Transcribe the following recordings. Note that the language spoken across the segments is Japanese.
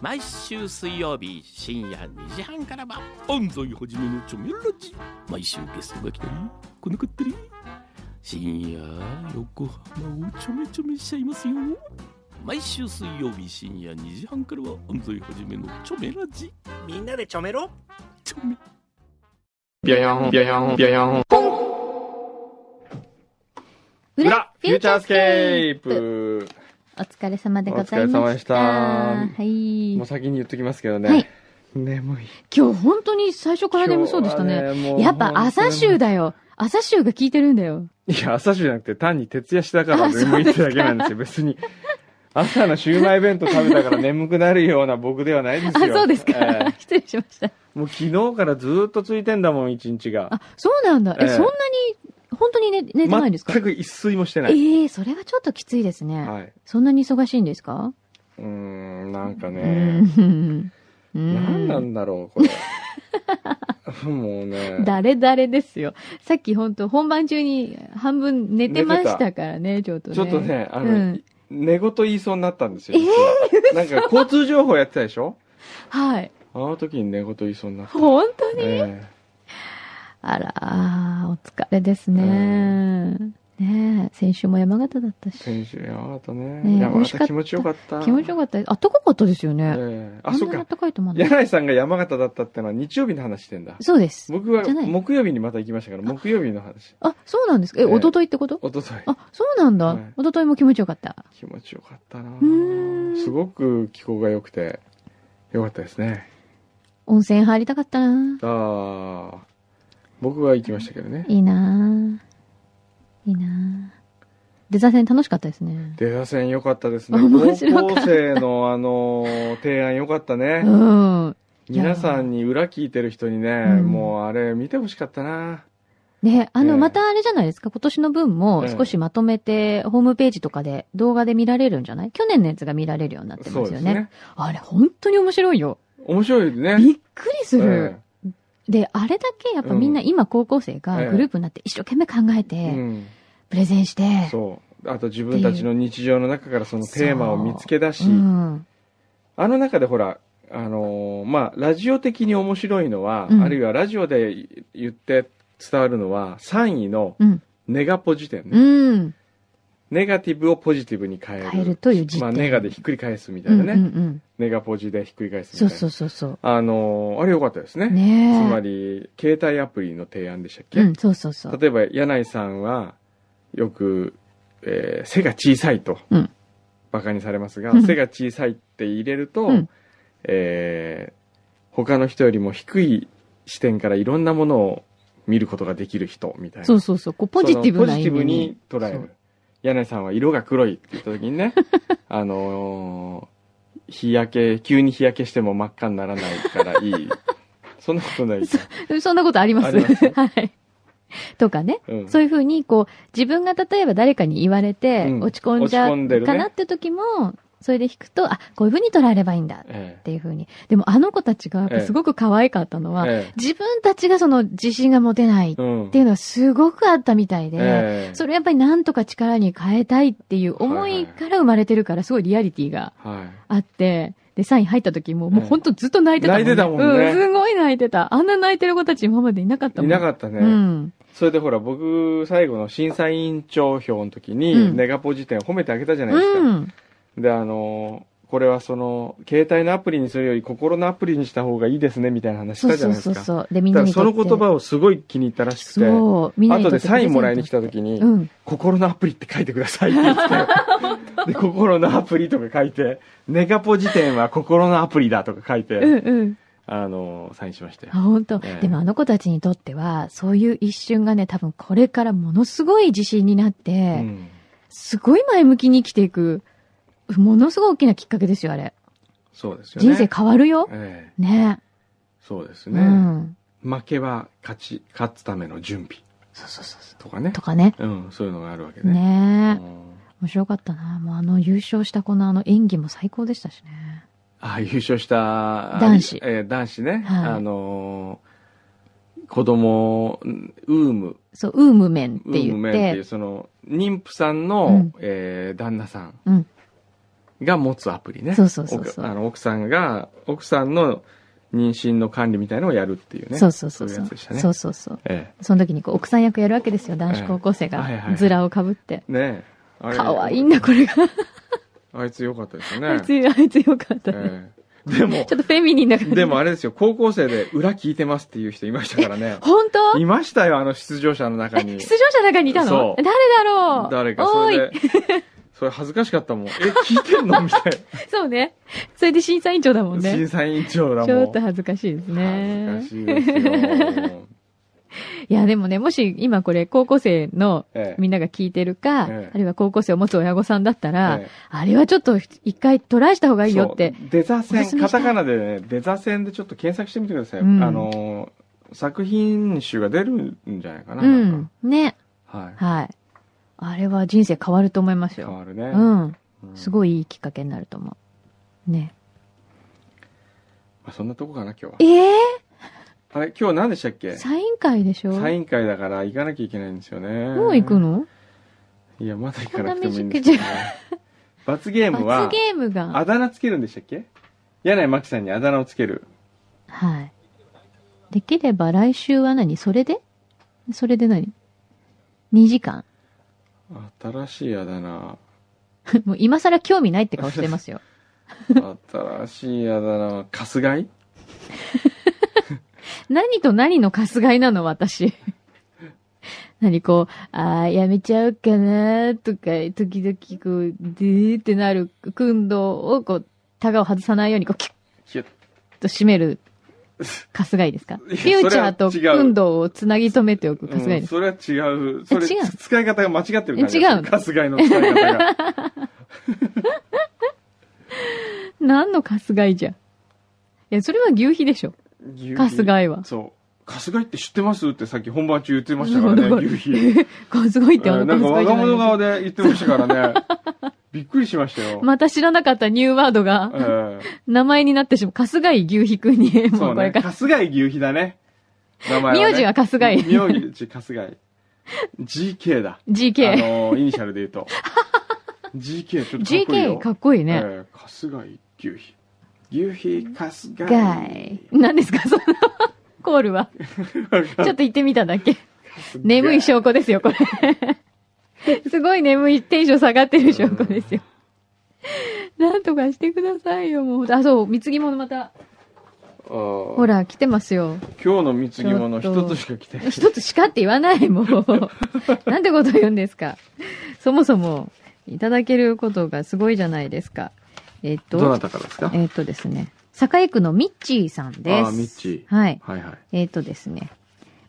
毎週水曜日深夜2時半からは安西はじめのチョメラジ毎週ゲストが来たり来なかったり深夜横浜をちょめちょめしちゃいますよ毎週水曜日深夜2時半からは安西はじめのチョメラジみんなでちょめろチョメビャヤン、ビャヤン、ビャヤン。裏、フューチャースケープ。お疲れ様でございました。お疲れ様でしたはい。もう先に言っときますけどね。はい眠い。今日本当に最初から眠そうでしたね。今日はもうやっぱ朝本臭だよ。朝臭が効いてるんだよ。当にいや、朝臭じゃなくて単に徹夜したから眠いってだけなんですよ、別に。朝のシウマイ弁当食べたから眠くなるような僕ではないですあ、よ。そうですか。え 失礼しました。えもう昨日からずっとついてんだもん、一日が。あ、そうなんだ。え、ええそんなに、本当に寝寝てないんですか全く一睡もしてない。ええそれはちょっときついですね。はい。そんなに忙しいんですかうーん、なんかうね。ん。う。なんなんんだろう、こ れ。もうね。誰々ですよ。さっき本当本番中に半分寝てましたからね、ちょっとね。ちょっとね、あの、うん寝言言いそうになったんですよ。実はなんか交通情報やってたでしょはい。あの時に寝言言いそうになった。本当にえあらー、お疲れですね。ねえ、先週も山形だったえし。先週山形ね。ねえ美山味しか形った気持ちよかった。気持ちよかったです。あったかかったですよね。ええあ、そっんなにかあっ。たかいと思うんだ。柳井さんが山形だったってのは日曜日の話してんだ。そうです。僕はじゃない木曜日にまた行きましたから、木曜日の話。あ、そうなんですか。え、ええ一昨日ってことおととい。あ、そうなんだはい。一昨日も気持ちよかった。気持ちよかったなーんすごく気候が良くて、よかったですね。温泉入りたかったな。ああ、僕は行きましたけどね。いいなーいいなーデザ戦楽しかったですね。出座戦良かったですね。面白高校生のあのー、提案良かったうね。ん。皆さんに裏聞いてる人にね、うんもうあれ見てほしかったな。ね、あの、ええまたあれじゃないですか。今年の分も少しまとめて、ホームページとかで動画で見られるんじゃない去年のやつが見られるようになってそまうすでよすね。ね。あれ、本当に面白いよ。面白いね。びっくりすえる。で、あれだけやっぱみんなう今高校生ええがグループになって一生懸命考ええうて、ん。プレゼンして、そう。あと自分たちの日常の中からそのっていうテーマを見つけ出しう、ん。あの中でほら、あのーまあ、ラジオ的に面白いのは、うんあるいはラジオで言って伝わるのは、3位のうんネガポジ点ね。うん。ネガティブをポジティブに変える。変えるという時ま点あ、ネガでひっくり返すみたういんなうんね。うん。ネガポジでひっくり返すみたそいうな。そうそうそう。あのーあれ良かったですね。ねえ。つまり、携帯アプリの提案でしたっけ、うん、そうそうそう。例えば、柳井さんは、よく、えー背が小さいと、うんバカにされますが、うん背が小さいって入れると、うんえー他の人よりも低い視点からいろんなものを見ることができる人、みたいな。そうそうそう。こうポジティブそのなポ意ジティブ味にに。捉えそうる。柳井さんは色が黒いって言った時に ね、あのー日焼け、急に日焼けしても真っ赤にならないからい い。そんなことないですよ。そんなことありますありますはい。とかね。うんそういうふうに、こう、自分が例えば誰かに言われてう、ん落ち込んじゃ落ち込んでるうねかなって時も、それで弾くと、あ、こういうふうに捉えればいいんだっえていうふうに。でもあの子たちがやっぱすごく可愛かったのえは、え自分たちがその自信が持てないっえうんていうのはすごくあったみたいで、ええそれやっぱりなんとか力に変えたいっていう思いから生まれてるから、すごいリアリティがはあって、で、サイン入った時も、もうええほんとずっと泣いてたもん、泣いてたもんねうん、すごい泣いてた。あんな泣いてる子たち今までいなかったい。もん。いなかっったね。うん。それでほら、僕、最後の審査委員長票の時に、うんネガポジ点を褒めてあげたじゃないですか。うん。で、あのーこれはその、携帯のアプリにするより心のアプリにした方がいいですね、みたいな話しそうたじゃなそういでそすうか。そう。で、みんだかならにその言葉をすごい気に入ったらしくて、そう、みんなにと後ってでサインもらいに来た時に、うん。心のアプリって書いてくださいって言 って、で心のアプリとか書いて、ネガポジ点は心のアプリだとか書いて、うんうん。あのーサインしましたよあ、。本当、ええでもあの子たちにとっては、そういう一瞬がね、多分これからものすごい自信になって、うんすごい前向きに生きていく、ものすごい大きなきっかけですよ、あれ。そうですよね。人生変わるよ。ええねそうですえね、うん。負けは勝ち、勝つための準備そうそうそうそとかねう。。とかね。うん、そういうのがあるわけで。うねえ。ん面白かったな。もうあの優勝した子のあの演技も最高でしたしね。あ優勝した男子えー男子ね、はいあのー子供うんウームそう、ウームメンってウーム言っメンっていうて、その妊婦さんの、うんえー旦那さんうんが持つアプリね。そうそうそうそう奥あの奥さんが、奥さんの妊娠の管理みたいのをやるっていうね。そうそうそうそういそうやうつでしたね。そうそうそうえその時にこう奥さん役やるわけですよ男子高校生ええはいはいはがいズラをかぶってえ。ねえ。あれかわいいんだこれ があいつ良かったですよね。あいつあいつよかったねええでも ちょ、っとフェミニンな感じでもあれですよ、高校生で裏聞いてますっていう人いましたから ね。本当いましたよ、あの出場者の中えに出。場者の中にいたそのう誰だろう誰か、おそーいれで。それ恥ずかしかったもん。え、聞いてんのみたいそうね。 それで審査委員長だもんな。ね審。査委員長だもん。ちょっと恥ずかしいですね恥。ずかしいです よ。いや、でもね、もし今これ高校生のええみんなが聞いてるか、ええあるいは高校生を持つ親御さんだったら、ええあれはちょっと一回トライした方がいいよって。そうデザおすす戦、めしたカいタカナでね、デザ戦でちょっと検索してみてください。うんあのー、作品集が出るんじゃないかな。うなんんか。ね。はい。はい。あれは人生変わると思います変よ。わるね。うん。うんすごいいいきっかけになると思う。ね。まあ、そんなとこかな、今日は。ええあれ、今日何でしたっけサイン会でしょサイン会だから行かなきゃいけないんですよね。もう行くのいや、まだ行かなくてもいいんですこんな短いけど、ね。罰ゲーム罰は、ゲームが。あだ名つけるんでしたっけ柳井真紀さんにあだ名をつける。はい。できれば来週は何それでそれで何 ?2 時間 新しいあだ名。もう今更興味ないって顔してま すよ。新しいあだ名は、かすがい何と何のかすがいなの私。 何こう、ああ、やめちゃうかなとか、時々こう、でーってなる、くんどうをこう、タガを外さないようにこう、キュッひゅと締める、かすがいですかフいやューチャーとそれは違うくんどうをつなぎ止めておくかすがいですかそれは違う。それ、違う使い方が間違ってる感じえ違うのかすがいの使い方 が。何のカスガイじゃん。いや、それは牛皮でしょ。牛皮カスガイは。そう。かすがいって知ってますってさっき本番中言ってましたから ね、牛皮。えカスガイってあうのんなカんスかガイじ若ゃない者顔で言ってました からね。びっくりしましたよ。また知らなかったニューワードが、え名前になってしまう。カスガイ牛皮くんに、えそもううこれね。から。かすがい牛皮だね。名前は、ね。名字は春日井名字、かすがい。GK だ。あ GK。のイニシャルで言うと。GK、ちょっとかっこいいよ。 GK かっこいいね。ええかすがい牛皮。牛皮、かすがい。ガイ。何ですか、その、コー ルは。ちょっと言ってみただけ。眠い証拠ですよ、これ。すごい眠い、テンション下がってる証拠ですよ。なんとかしてくださいよ、もう。あ、そう、貢ぎ物また。ほほ。ら、来てますよ。今日の貢ぎ物ちょっと一つしか来てない。 一つしかって言わない、もう。 なんてこと言うんですか。そもそも、いただけることがすごいじゃないですか。えっ、どなと、たからですかえっ、とですね、堺区のミッチーさんです。あーミッチーはい。はいはい。えっ、とですね、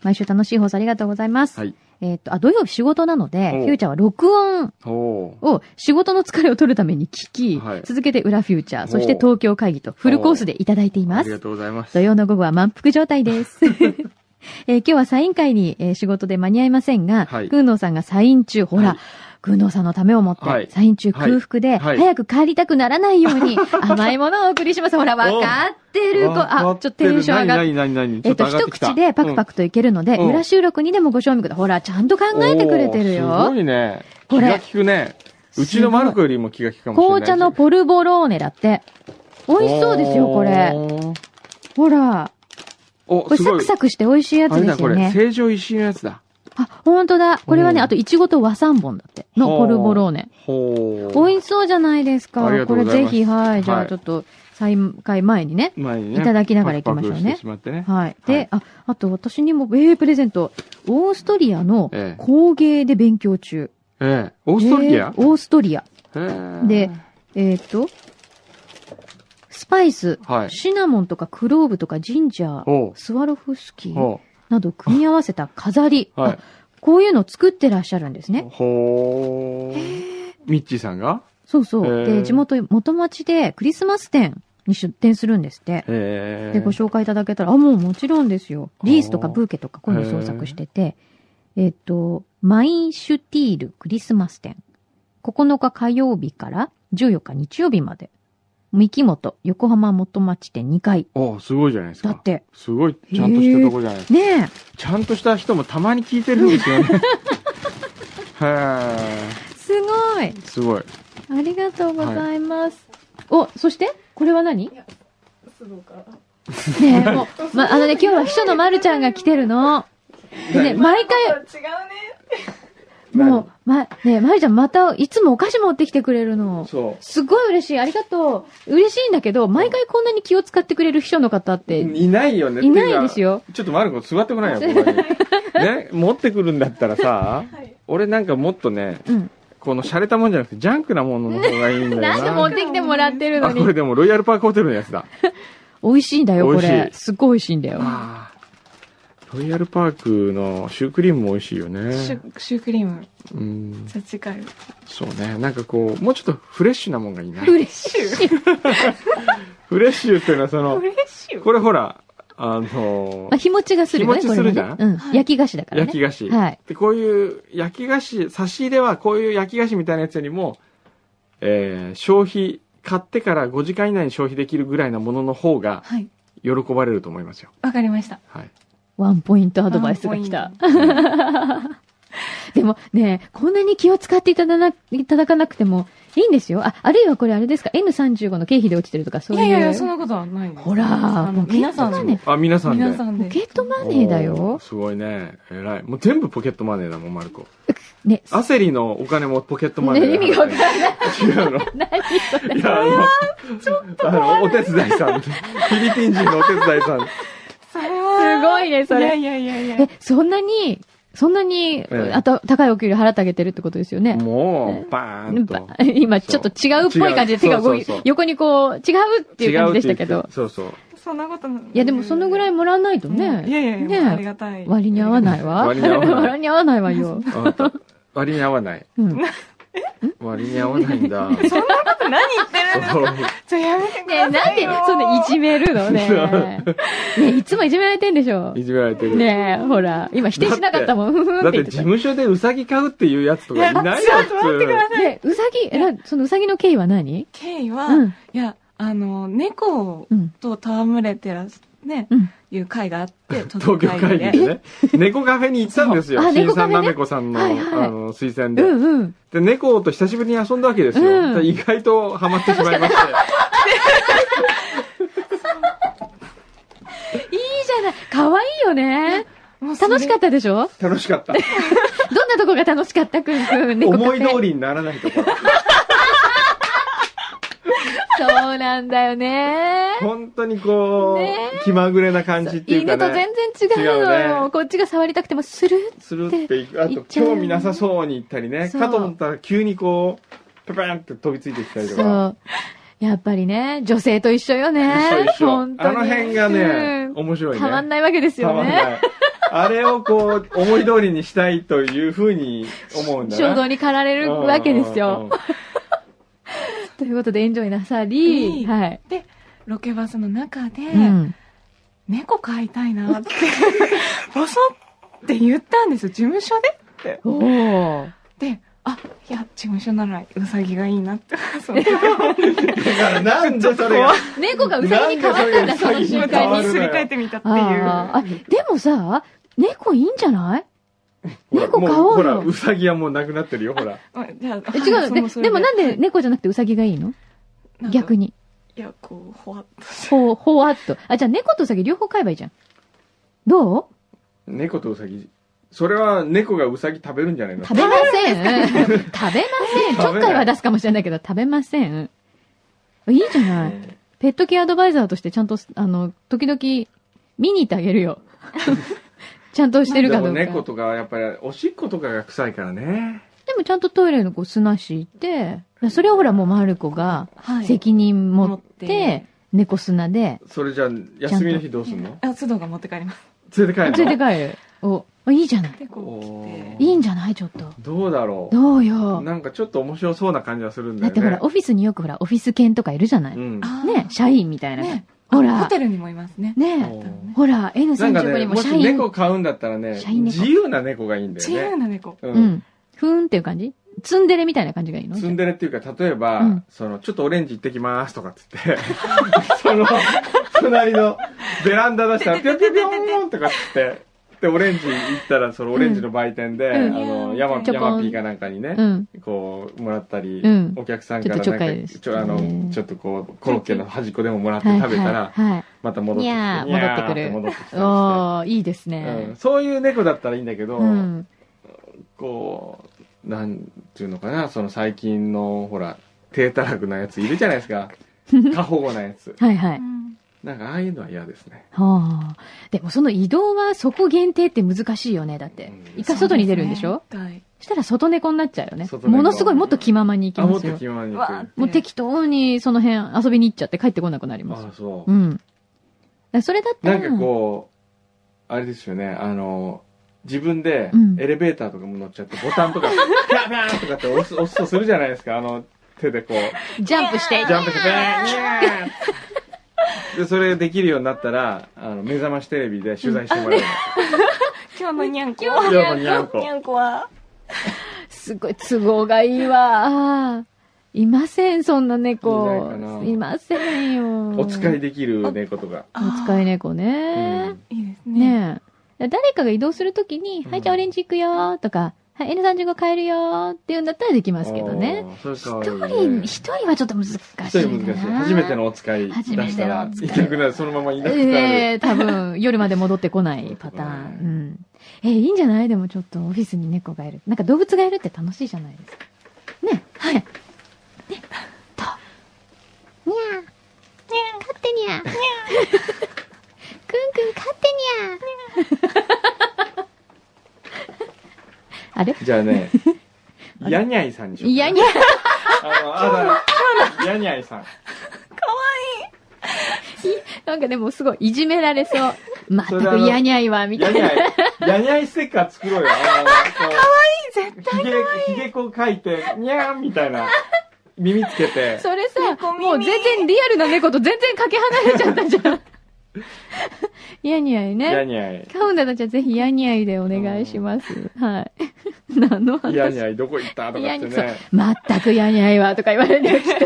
毎週楽しい放送ありがとうございます。はい。えっ、と、あ、土曜日仕事なので、おフューチャーは録音おおー。を仕事の疲れを取るために聞き、はい続けて裏フューチャー、そして東京会議とフルコースでいただいていあまりすが。とうございます。土曜の午後は満腹状態です。 えー今日はサイン会に、えー仕事で間に合いませんが、はいグーノーさんがサイン中、ほら、はいグーノーさんのためをもって、はいサイン中空腹で、はい早く帰りたくならないよう に、甘いものをお送りします。ほら、わかってる子、わかあ、ちょっとテンション上がって。何何何何えっと、一口でパクパククといけるので、うん裏収録にでもご賞味ください。ほら、ちゃんと考えてくれてるすごよ。いね。こ気れが利くね。うちのマルコよりも気が利くかもしれない。紅茶のポルボローネだって。美味しそうですよ、これ。ほら、おー。こお、れすサごクい。サクして美味しいやあつれでだ、すこよれ。ね。成城石井のやつだ。あ、本当だ。これはね、うんあと、いちごと和三本だって。のほうポルボローネ。ほう。美味しそうじゃないですか。ありがとこうれございぜますひ、はい。じゃはあ、いちょっと、再開前にね。前にいただきながら行きましょうねパクパクしてしまってね。はい。はでい、あ、あと私にも、えー、プレゼント。オーストリアのええ工芸で勉強中。ええ。オオーストリアオーストリア。へえで、えっ、と、スパイス、はいシナモンとかクローブとかジンジャおーう、スワロフスキーほなどを組み合わせた飾り、う。はいあ。こういうのを作ってらっしゃるんですね。ほう。ミッチーさんがそうそう。へで、ー地元、元町でクリスマス店に出店するんですって。へえ。で、ご紹介いただけたら、あ、もうもちろんですよ。リースとかブーケとか今度創作してて、えっと、マインシュティールクリスマス展。9日火曜日から14日日曜日まで。三木本、横浜元町店2階。おすごいじゃないですだかっ。て、すごい、ちゃんとしたとこじゃないですか。ねちゃんとした人もたまに 聞いてるんですよね。へえ。え、すごい。すごい。ありがとうございます。お、そしてこれは何ね須藤から。え、もう、ま、あのね、今日は秘書のまるちゃんが来てるの。でね、毎回、違うね。もう、ま、ねえ、まるちゃんまた、いつもお菓子持ってきてくれるの。そすごい嬉しい。ありがとう。嬉しいんだけど、毎回こんなに気を使ってくれる秘書の方っう。て、いないよね。いないですよ。ちょっとマルコ座ってこないよ、こ こに。ね、持ってくるんだったらさ、はい。俺なんかもっとね、うん。この洒落たもんじゃなくて、ジャンクなものの方がいいんだよな。なんで持ってきてもらってるのあ、これに。でもロイヤルパークホテルのやつだ。美味しいんだよ、こ美味れ。しいすっごい美味しいんだよ。あーロイヤルパークのシュークリームも美味しいよシね。ュシュークリーム。うん。じゃあ次回。そうね。なんかこう、もうちょっとフレッシュなもんがいいな。嬉しい。フレッシュっていうのはその、嬉しいよ。これほら、あのまあ、、日持ちがするよね、日こ持ちれするもじゃねんうん。焼き菓子だから焼ね。き菓子。はい。で、こういう焼き菓子、差し入れはこういう焼き菓子みたいなやつよりも、えー消費、買ってから5時間以内に消費できるぐらいなものの方がはい。喜ばれると思いますよ。わかりました。はい。ワンポイントアドバイスが来ワたン。ポインでもね、こんなに気を使っていただないただかなくてもいいんですよ。あ、あるいはこれあれですか ?N35 の経費で落ちてるとかそト。ういいう。やいやいや、そんなことはないですほらもあのう皆さん結構でね。あ、皆さんで。皆さんポで。ケットマネーだおーよ。すごいね。えらい。もう全部ポケットマネーだもん、マルコ。ね、アセリのお金もポケットマネーだ、ね意味がわか 違うの。何それいや、あの、ちょっとあの、お手伝いさん。フィリピン人のお手伝い さん。そすれは。ごいね、そいやれ。いやいやいやえ。、そんなに、そんなに、えあと、高いお給料払ってあげてるってことですよね。もう、バーンと。ば今、ちょっと違うっぽい感じで手が動いそうそうそう横にこう、違うっていう感じでしたけ違うってど言っ。てそうそう。そんなことない。いや、でもそのぐらいもらわないとね。いね、やいやいや、ねもうありがたい。割に合わないわ。割に合わない割に合わないわよ。あなた割に合わない。うん割に合わないんだ。 そんなこと何言ってるんですか ちょ、やめてくねえ、だなさんいでよ。、そんないじめるのね。ねえ、いつもいじめられてんでしょい。じめられてる。ねえ、ほら、今否定しなかったもん、ふふんだってっ言てっ事てた。務所でウサギ買うっていうやつとかいないよ、ちょっと待ってください。で、うさぎ、えな、そのうさぎの経緯は何ケイは、うん、いや、あの、猫うん、と戯れてらす、ね、うんいう会があって、東京会議でね。猫カフェに行ったんですよ。そうあ新猫カさフんェねなめこさんの、はいはいあの、推薦うで。んうん。で、猫と久しぶりに遊んだわけですよ。うんで意外とハマってしまいまして。いいじゃない。可愛いよね。楽しかっったでしょ 楽しかった。どんなとこが楽しかったくんくん、猫カフェ思い通りにならないところ。そうなんだよね。本当にこねう、気まぐれな感じっていう犬かと全ね。然違うの違うよ。ねこっちが触りたくてもスルッするっていく。あ行とっ、ちゃうよ興ね味なさそうに行ったりね。そうかと思ったら急にこう、ペペンって飛びついてきたりとそか。う。やっぱりね、女性と一緒よね。一緒一緒。あ本当に。の辺がねうん、面白いね。たまんないわけですたよまんね。ない。あれをこう、思い通りにしたいというふうに思うんだな。衝動に駆られるわけでうんうすんうよん。。ということで、エンジョイなさり、いいはい。た。ロケバスの中で、うん。猫飼いた いなって、ボソって言ったんですよ、事務所で。おー。で、あ、いや、事務所ならウサギがいいなって。 そうだからなんでそれが、猫がウサギに変わったんだ、なんでそそういうのウサギ瞬変わ間にるに。すり替えてみたっていう。あーあ、でもさ、猫いいんじゃないほら猫もう飼おうよほら、うさぎはもうなくなってるよ、ほら。うんじゃあえ違うの、ででもなんで、猫じゃなくてウサギがいいの逆に。に。いや、こう、ほわっとして。ほう、ほわっと。あ、じゃあ猫とウサギ両方飼えばいいじゃん。どう猫とうさぎ。それは猫がうさぎ食べるんじゃないの食べません。食べません。ちょっかいは出すかもしれないけど、食べません。いいじゃない。ペットケアアドバイザーとしてちゃんと、あの、時々、見に行ってあげるよ。 ちゃんとしてうんるでかどもうか。で猫もとか、やっぱり、おしっことかが臭いからね。ちゃんとトイレのこう砂敷いて、それをほらもうマルコがは責任持持っ、って猫砂で、それじゃあ、休みの日どうすんのあ、須藤が持って帰ります。連れて帰るの連れて帰る。お、いいじゃない。で、こうい来て。いんじゃないちょっと。どうだろうどうよ。なんかちょっと面白そうな感じがするんだだよってね。ほら、オフィスによくほら、オフィス犬とかいるじゃない、うん。あーね、社員みたいな。ねほらホテルにもいますね。ねおーほら、なんか N35 ね、にもも社し員。猫飼うんだったらね社員、猫自由な猫がいいんだ自よ由ね。な猫。うう。ん。ふーんっていう感じツンデレみたいな感じがいいのツンデレっていうか、例えば、うんその、ちょっとオレンジ行ってきますとかっつって、 その、隣のベランダ出したら、ぴょんぴょんぴょんとかっつって、で、オレンジ行ったら、そのオレンジの売店で、うんあの、うんヤマちょこんヤマピーかなんかにね、うん。こう、もらったり、うんお客さんからなんちょっとちょっかいか、ですちょ、あねの、ちょっとこう、コロッケの端っこでももらってはい、食べたら、はい。はい。また戻ってきて、にゃーにゃー戻ってくる戻ってきたりしおー、いいですて、うんね。そういう猫だったらいいんだけど、うん。こう、なんていうのかな、その最近の、ほら、低たらくなやついるじゃないです か。過保護なやつ。はいはい。なんか、ああいうのは嫌ですね。はあ。でもその移動はそこ限定って難しいよね、だって。うん一回外に出るんでしょはい。そしたら外猫になっちゃうよね。外猫ものすごいもっと気ままに行あ、きもまっすとよ。気まにわーくっる。もう適当にその辺遊びに行っちゃって帰ってこなくなりますあよ。、そうう。ん。だからそれだったなら。んかこう、あれですよね、あの、自分でうんエレベーターとかも乗っちゃって、ボタンとか、ピャーピャーとかって押す、押すとするじゃないですか、あの、手でこう、ジャンプして。ジャンプして、ピャーピャー で、それできるようになったら、あの、目覚ましテレビで取材してもらえる。今日のにゃんこ今日のにゃんこにゃんこは。すごい、都合がいいわ。あーいません、そんないないか猫。ないませんよ。お使いできる猫とか。お使い猫うね。んいいですね。ねえ。誰かが移動するときに、うんはい、じゃあオレンジ行くよーとか、はい、N35 変えるよーっていうんだったらできますけどね。あー。そ一れ可愛い人、ね一人はちょっと難しいな。一人難しい。初めてのお使い出初めしてたのらお、使いいなくなる、そのままいなくなる。ええ多分、夜まで戻ってこないパターン。うん。えーいいんじゃないでもちょっとオフィスに猫がいる。なんか動物がいるって楽しいじゃないですか。ね、はい。ね、と。にゃー。勝手にゃー。くんくん勝手にゃー。あれじゃあ ね、ヤニャイさんにしようかな。いやにゃあの、あだ、ヤニャイさん。なんかでもすごいいじめられそう。まったそれあくのいやにゃいわ、みヤたいニな。ャイ、ヤニャイステッカー作ろうよ。あの、かわいい絶対ひげ、ひげこう書いて、にゃーんみたいな、耳つけて、それさ、猫耳もう全然リアルな猫と全然かけ離れちゃったじゃん。 ヤニヤイヤね。ニャカウンダたちはぜひヤニヤイでお願いします。はい。 何の話イ、ヤニャイどこ行ったとかヤっニてヤイそうね。。全くヤニヤイはとか言われる人、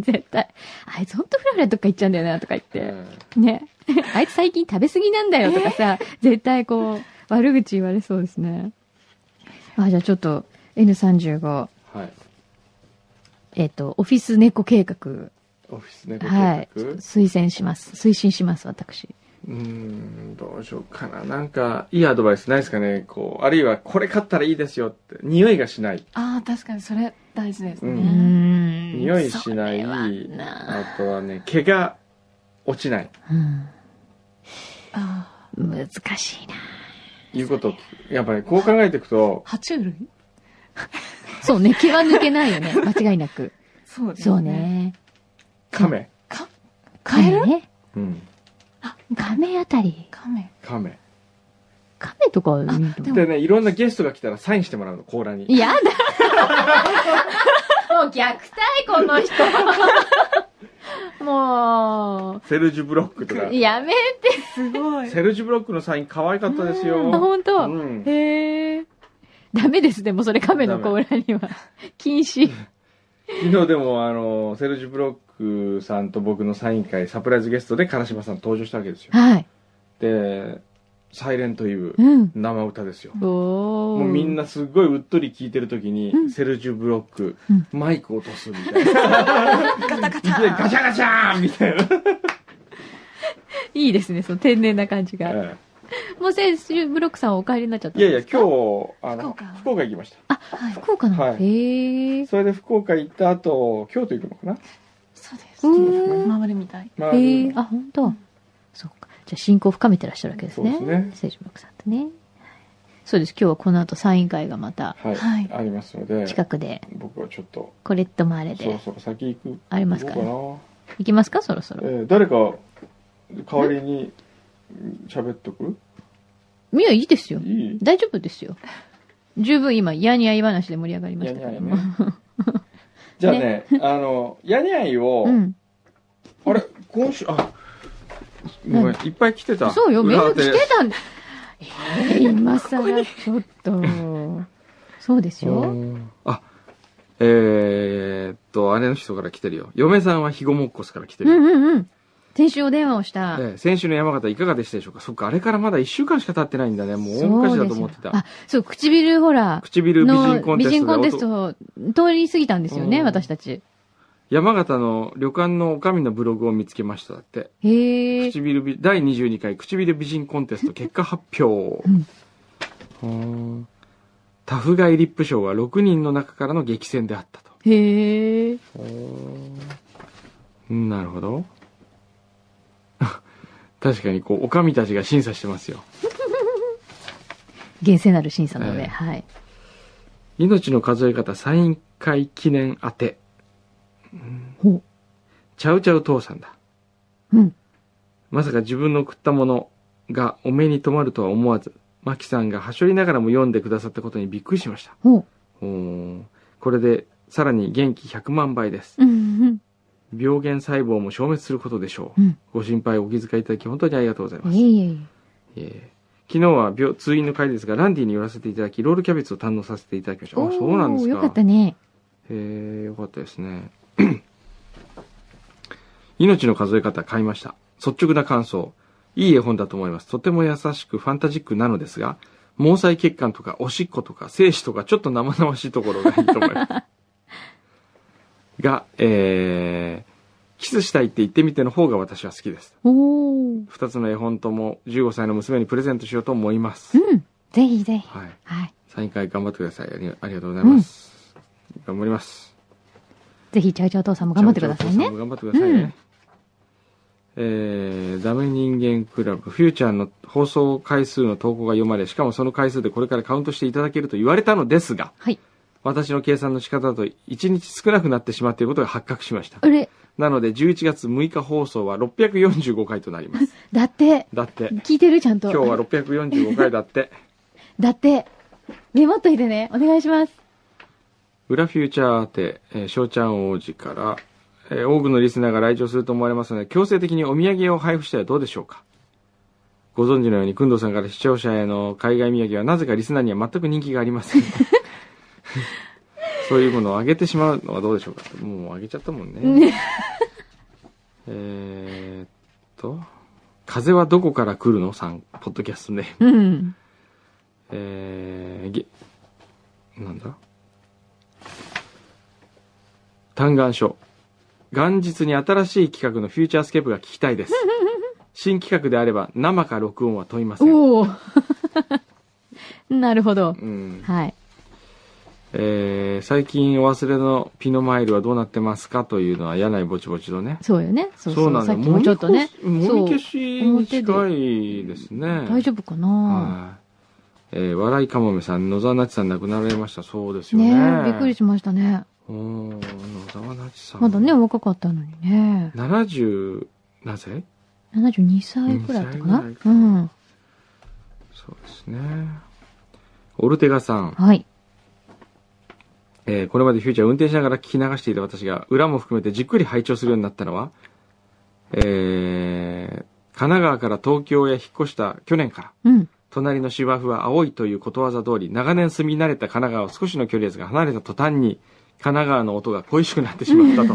絶対。あいつほんとフラフラどっか行っちゃうんだよなとか言って。ね。あいつ最近食べ過ぎなんだよとかさ、絶対こう、悪口言われそうですね。あ、じゃあちょっと N35、うんはい。えっ、と、オフィス猫計画オフィス猫計画、はい。推薦します。推進します、私。うーん、どうしようかな。なんか、いいアドバイスないですかね。こう、あるいは、これ買ったらいいですよって、匂いがしない。ああ、確かにそれ大事ですううーね。ん。匂いしなそれい。はなあとはね、毛が落ちない。うんあ難しいな。いうこと、やっぱりこう考えていくとあ、、爬虫類そうね、毛は抜けないよ ね。間違いなく。そうですね。そう。ね。カメ。カエルね。うん、カメあたり。カメ。カメ。カメとかいいのでもでね、いろんなゲストが来たらサインしてもらうの、甲羅に。やだもう虐待、この人。 もセルジュブロックとかう、。やめて。すごい。セルジュブロックのサイン可愛かったですよ。あ、ほんと。うん。へえ。ダメです、でもそれ亀の甲羅には。禁止。昨日でも、あの、セルジュブロックさんと僕のサイン会、サプライズゲストで金島さん登場したわけですよ。はい。で、サイレントイブ、うん。生歌ですよ。おーもうみん。なすごいうっとり聴いてる時に、うんセルジュブロック、うんマイク落とすみたいな。ガタガいきなりガタ。チャガチャーンみたいな。いいですね、その天然な感じが。えもう先週、ブロックさんはお帰りになっちゃっえたいやんいや、で今す日か、あ福の岡、福岡行きました。今日。福岡なの、はいへえ。それで福岡行った後、京都行くのかなそうです。うん回るみたい。まあ、へえ、あ、本当。そうか。じゃあ、進行を深めてらっしゃるわけですね。そうですね政治ブロックさんとね。はいそうです、今日はこの後、サイン会がまた、はい、はいありますので、近くで、僕はちょっと、コレットマーレそろで、そろ先行く。ありますか行ね。こ行きますか、そろそうかろ。な。えー誰か、代わりに、喋っとくいや、いいですよ。いい大丈夫ですよ。十分今、やにやい話で盛り上がりまやしたにけゃいど ねも。。じゃあね、あの、やにゃいを、うん。あれ、今週、あ、ごめん、いっぱい来てた。そうよ、メ裏ール当来ててた んだ。えー、今更ちょっと。そうですよ。うんあ、えーっと、姉の人から来てるよ。嫁さんはひごもっこすから来てうんるよ。うんうん。先週お電話をした。ええ先週の山形いかがでしたでしょうかそっか、あれからまだ1週間しか経ってないんだね。もう大昔だと思ってそうですよた。あ、そう、唇ほら、唇美人コのンテ美ストで人コンテストを通り過ぎたんですよね、うん私たち。山形の旅館のおかみのブログを見つけましただって。へえ。唇美第22回唇美人コンテスト結果発表うん、うんタフガイリップ賞は6人の中からの激戦であったとへえ。うんなるほど 確かにこうおかみたちが審査してますよ厳正なる審査の上、ええはい。命の数え方サイン会記念宛てほう。ちゃうちゃう父さんだうん。まさか自分の送ったものがお目に留まるとは思わずマキさんがはしょりながらも読んでくださったことにびっくりしましたほう。おーこれでさらに元気100万倍ですうん。病原細胞も消滅することでしょう、うんご心配お気遣いいただき本当にありがとうございます、いえいえいえー昨日は病通院の会ですがランディに寄らせていただきロールキャベツを堪能させていただきましえ。たあそうなんですかおーよかったね。へえよかったですね 命の数え方買いました率直な感想いい絵本だと思いますとても優しくファンタジックなのですが毛細血管とかおしっことか精子とかちょっと生々しいところがいいと思います がえー、キスしたいって言ってみての方が私は好きですおお。 2つの絵本とも15歳の娘にプレゼントしようと思います、うん。ぜひぜひ。はいはい。サイン会頑張ってくださいありありがとうございます、頑張りますぜひ、ちゃうちゃうお父さんも頑張ってくださいね。頑張ってくださいね。うんえー、ダメ人間クラブ、フューチャーの放送回数の投稿が読まれ、しかもその回数でこれからカウントしていただけると言われたのですが、はい。私の計算の仕方だと1日少なくなってしまっていることが発覚しましたあ。れ、なので11月6日放送は645回となります。だって、だって、聞いてるちゃんと。今日は645回だって、だって、メモっといてね。お願いします。裏フューチャー宛て、翔、ちゃん王子から、えー多くのリスナーが来場すると思われますので、強制的にお土産を配布してはどうでしょうかご存知のように、くんどうさんから視聴者への海外土産はなぜかリスナーには全く人気がありません。そういうものをあげてしまうのはどうでしょうかもうあげちゃったもんね。えーっと、風はどこから来るのさん、ポッドキャストね。うん。えー、げ、なんだ嘆願書。元日に新しい企画のフューチャースケープが聞きたい です。新企画であれば生か録音は問いません。おお。 なるほど。うんはい。えー最近お忘れのピノマイルはどうなってますかというのは柳井ぼちぼちのね。そうよね。そうそう。なんさだっきもちょっとね。もみこそうもみ消しに近いですね。大丈夫かなはい。えー笑いかもめさん、野沢那智さん亡くなられました。そうですよねね。え、びっくりしましたね。おー野沢那智さん。まだね、お若かったのにね。 70、なぜ72歳くらいだったかな72歳うかん。そうですね。オルテガさん。はい。えーこれまでフューチャーを運転しながら聞き流していた私が、裏も含めてじっくり拝聴するようになったのは、えー神奈川から東京へ引っ越した去年から、うん。隣の芝生は青いということわざ通り、長年住み慣れた神奈川を少しの距離ですが離れた途端に、神奈川の音が恋しくなってしま ったと。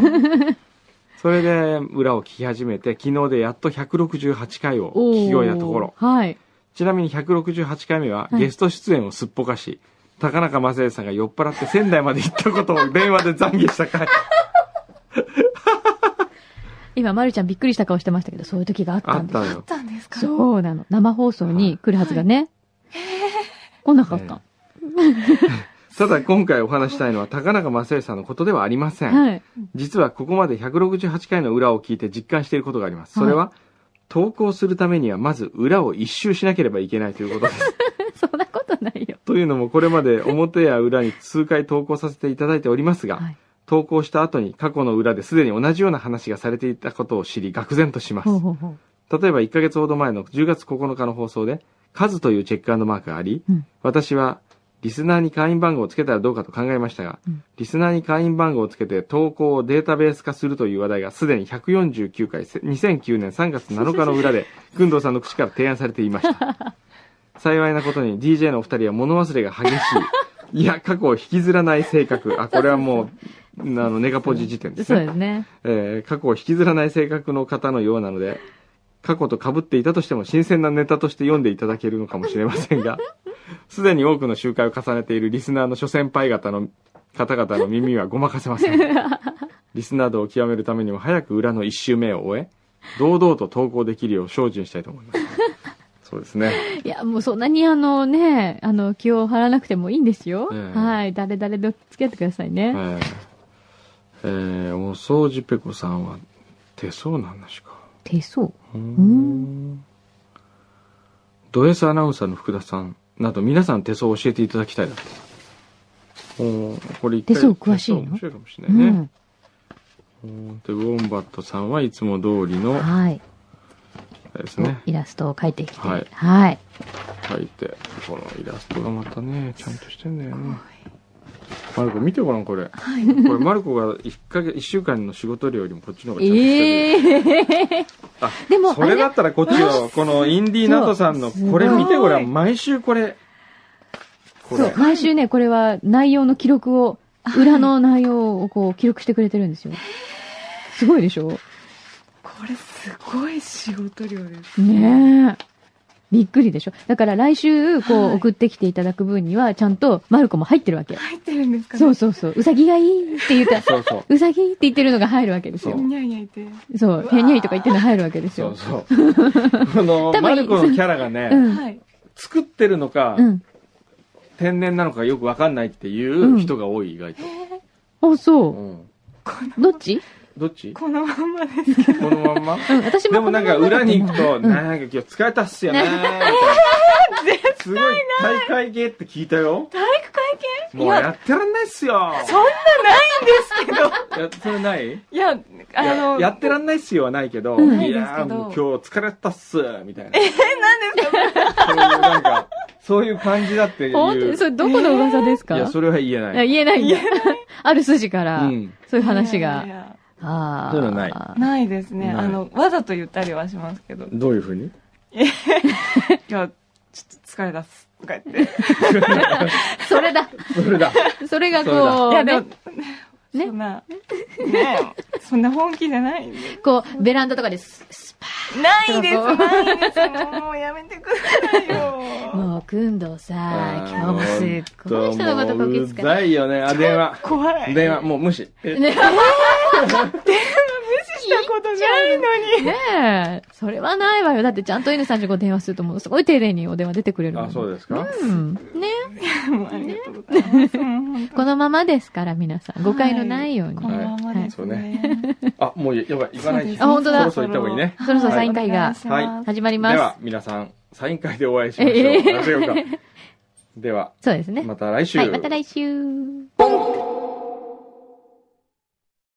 それで、裏を聞き始めて、昨日でやっと168回をお聞き終えたところ。はい。ちなみに168回目ははいゲスト出演をすっぽかし、高中正恵さんが酔っ払って仙台まで行ったことを電話で懺悔した回。今、まるちゃんびっくりした顔してましたけど、そういう時があったあっんですたよのあっよ。たんですかそうなの。生放送に来るはずがね。来なかった。ただ今回お話したいのは高中正恵さんのことではありません。はい。実はここまで168回の裏を聞いて実感していることがあります。それは、投稿するためにはまず裏を一周しなければいけないということです。 そんなことないよ。というのもこれまで表や裏に数回投稿させていただいておりますが、はい。投稿した後に過去の裏ですでに同じような話がされていたことを知り、愕然としますほう。ほうほう。例えば1ヶ月ほど前の10月9日の放送で、カズというチェックマークがあり、うん私はリスナーに会員番号をつけたらどうかと考えましたが、うんリスナーに会員番号をつけて投稿をデータベース化するという話題がすでに149回、せ2009年3月7日の裏 で、群藤さんの口から提案されていました。幸いなことに DJ のお二人は物忘れが激しい、いや、過去を引きずらない性格。あ、これはもう、の、ネガポジ時点ですそうでね。すね。えー過去を引きずらない性格の方のようなので、過去と被っていたとしても新鮮なネタとして読んでいただけるのかもしれませんが、すでに多くの集会を重ねているリスナーの諸先輩方の方々の耳はごまかせません。リスナー度を極めるためにも早く裏の一周目を終え、堂々と投稿できるよう精進したいと思います。そうですね。いや、もうそんなにあのね、あの、気を張らなくてもいいんですよ。ええはい。誰々と付き合ってくださいね。ええええお掃除ペコさんは手相の話か。手相うーんんド S アナウンサーの福田さんなど皆さん手相を教えていただきたいなと。おーこれ一回手相詳しいの手相面白いかもしれうないねん。。おーで、ウォンバットさんはいつも通りのはい。あれですね。イラストを描いてきて。はいはい。書いて、このイラストがまたね、ちゃんとしてんだよね。マルコ見てごらん、これ。これマルコが1ヶ月、一週間の仕事量よりもこっちの方がちゃんとしてる。ええあでもそれだったらこっちを、このインディーナトさんの、そうこれ見てごらすごん、い毎週これ。こそうれ。。毎週ね、これは内容の記録を、裏の内容をこう記録してくれてるんですよ。すごいでしょこれすごい仕事量です。ねえ。びっくりでしょだから来週、こはうい送ってきていただく分には、ちゃんとマルコも入ってるわけ。入ってるんですかねそうそうそう。うさぎがいいって言ったら、そうそう。うさぎって言ってるのが入るわけですよそ。にゃいにゃいて。そう。へにゃいとか言ってるの入るわけですそよう。そう。この多分、マルコのキャラがね、うん。はい。作ってるのか、うん。天然なのかよくわかんないっていううん人が多い、意外と。あ、うそんう。どっちどっちここのまんまですけど。のまんまうん。私も。でもなんか裏に行くと、なんか今日疲れたっすよねーみたいな。すごい大会系って聞いたよ。体育会系もうやってらんないっすよ。そんなないんですけど。やそれない いや、いやあの、やってらんないっすよはないけど、うんいやーもう今ないです日け疲れたっすみたいなそういうえ、なんですか なんかそういう感じだっていう本当にそれどこの噂ですかいやそれは言えないあ言えないんだ言。ある筋からうん、そういう話いやがい。やああ。そういうのないないですね。ないあの、わざと言ったりはしますけど、どういうふうに今日、ちょっと疲れたっす。とか言って。それだ。それだそれそれだがこ、いうや、でもね、そんな、ねえそんな本気じゃないんで。こう、ベランダとかです。スパないです、そうないです。もうやめてくださいーよ。もう、くんどうさあ、ー今日もすっごい人のこともこうきう使ざいよねあ電話怖い。電話もう無視えね無視したことないのに。ねえ。それはないわよ。だってちゃんと N35 電話するともうすごい丁寧にお電話出てくれるあそうでですかうん。ねもうありがとうございます。もう本当このままですから、皆さん。誤解のないように。このままですね。あもうやばい行かないそうですあ本当だそろそろ行った方がいいねそろそろサイン会がお願いしますは始まりでます。は皆さんサイン会でお会いしましょう、ええなぜようかではそうですね。また来週、はい、また来週。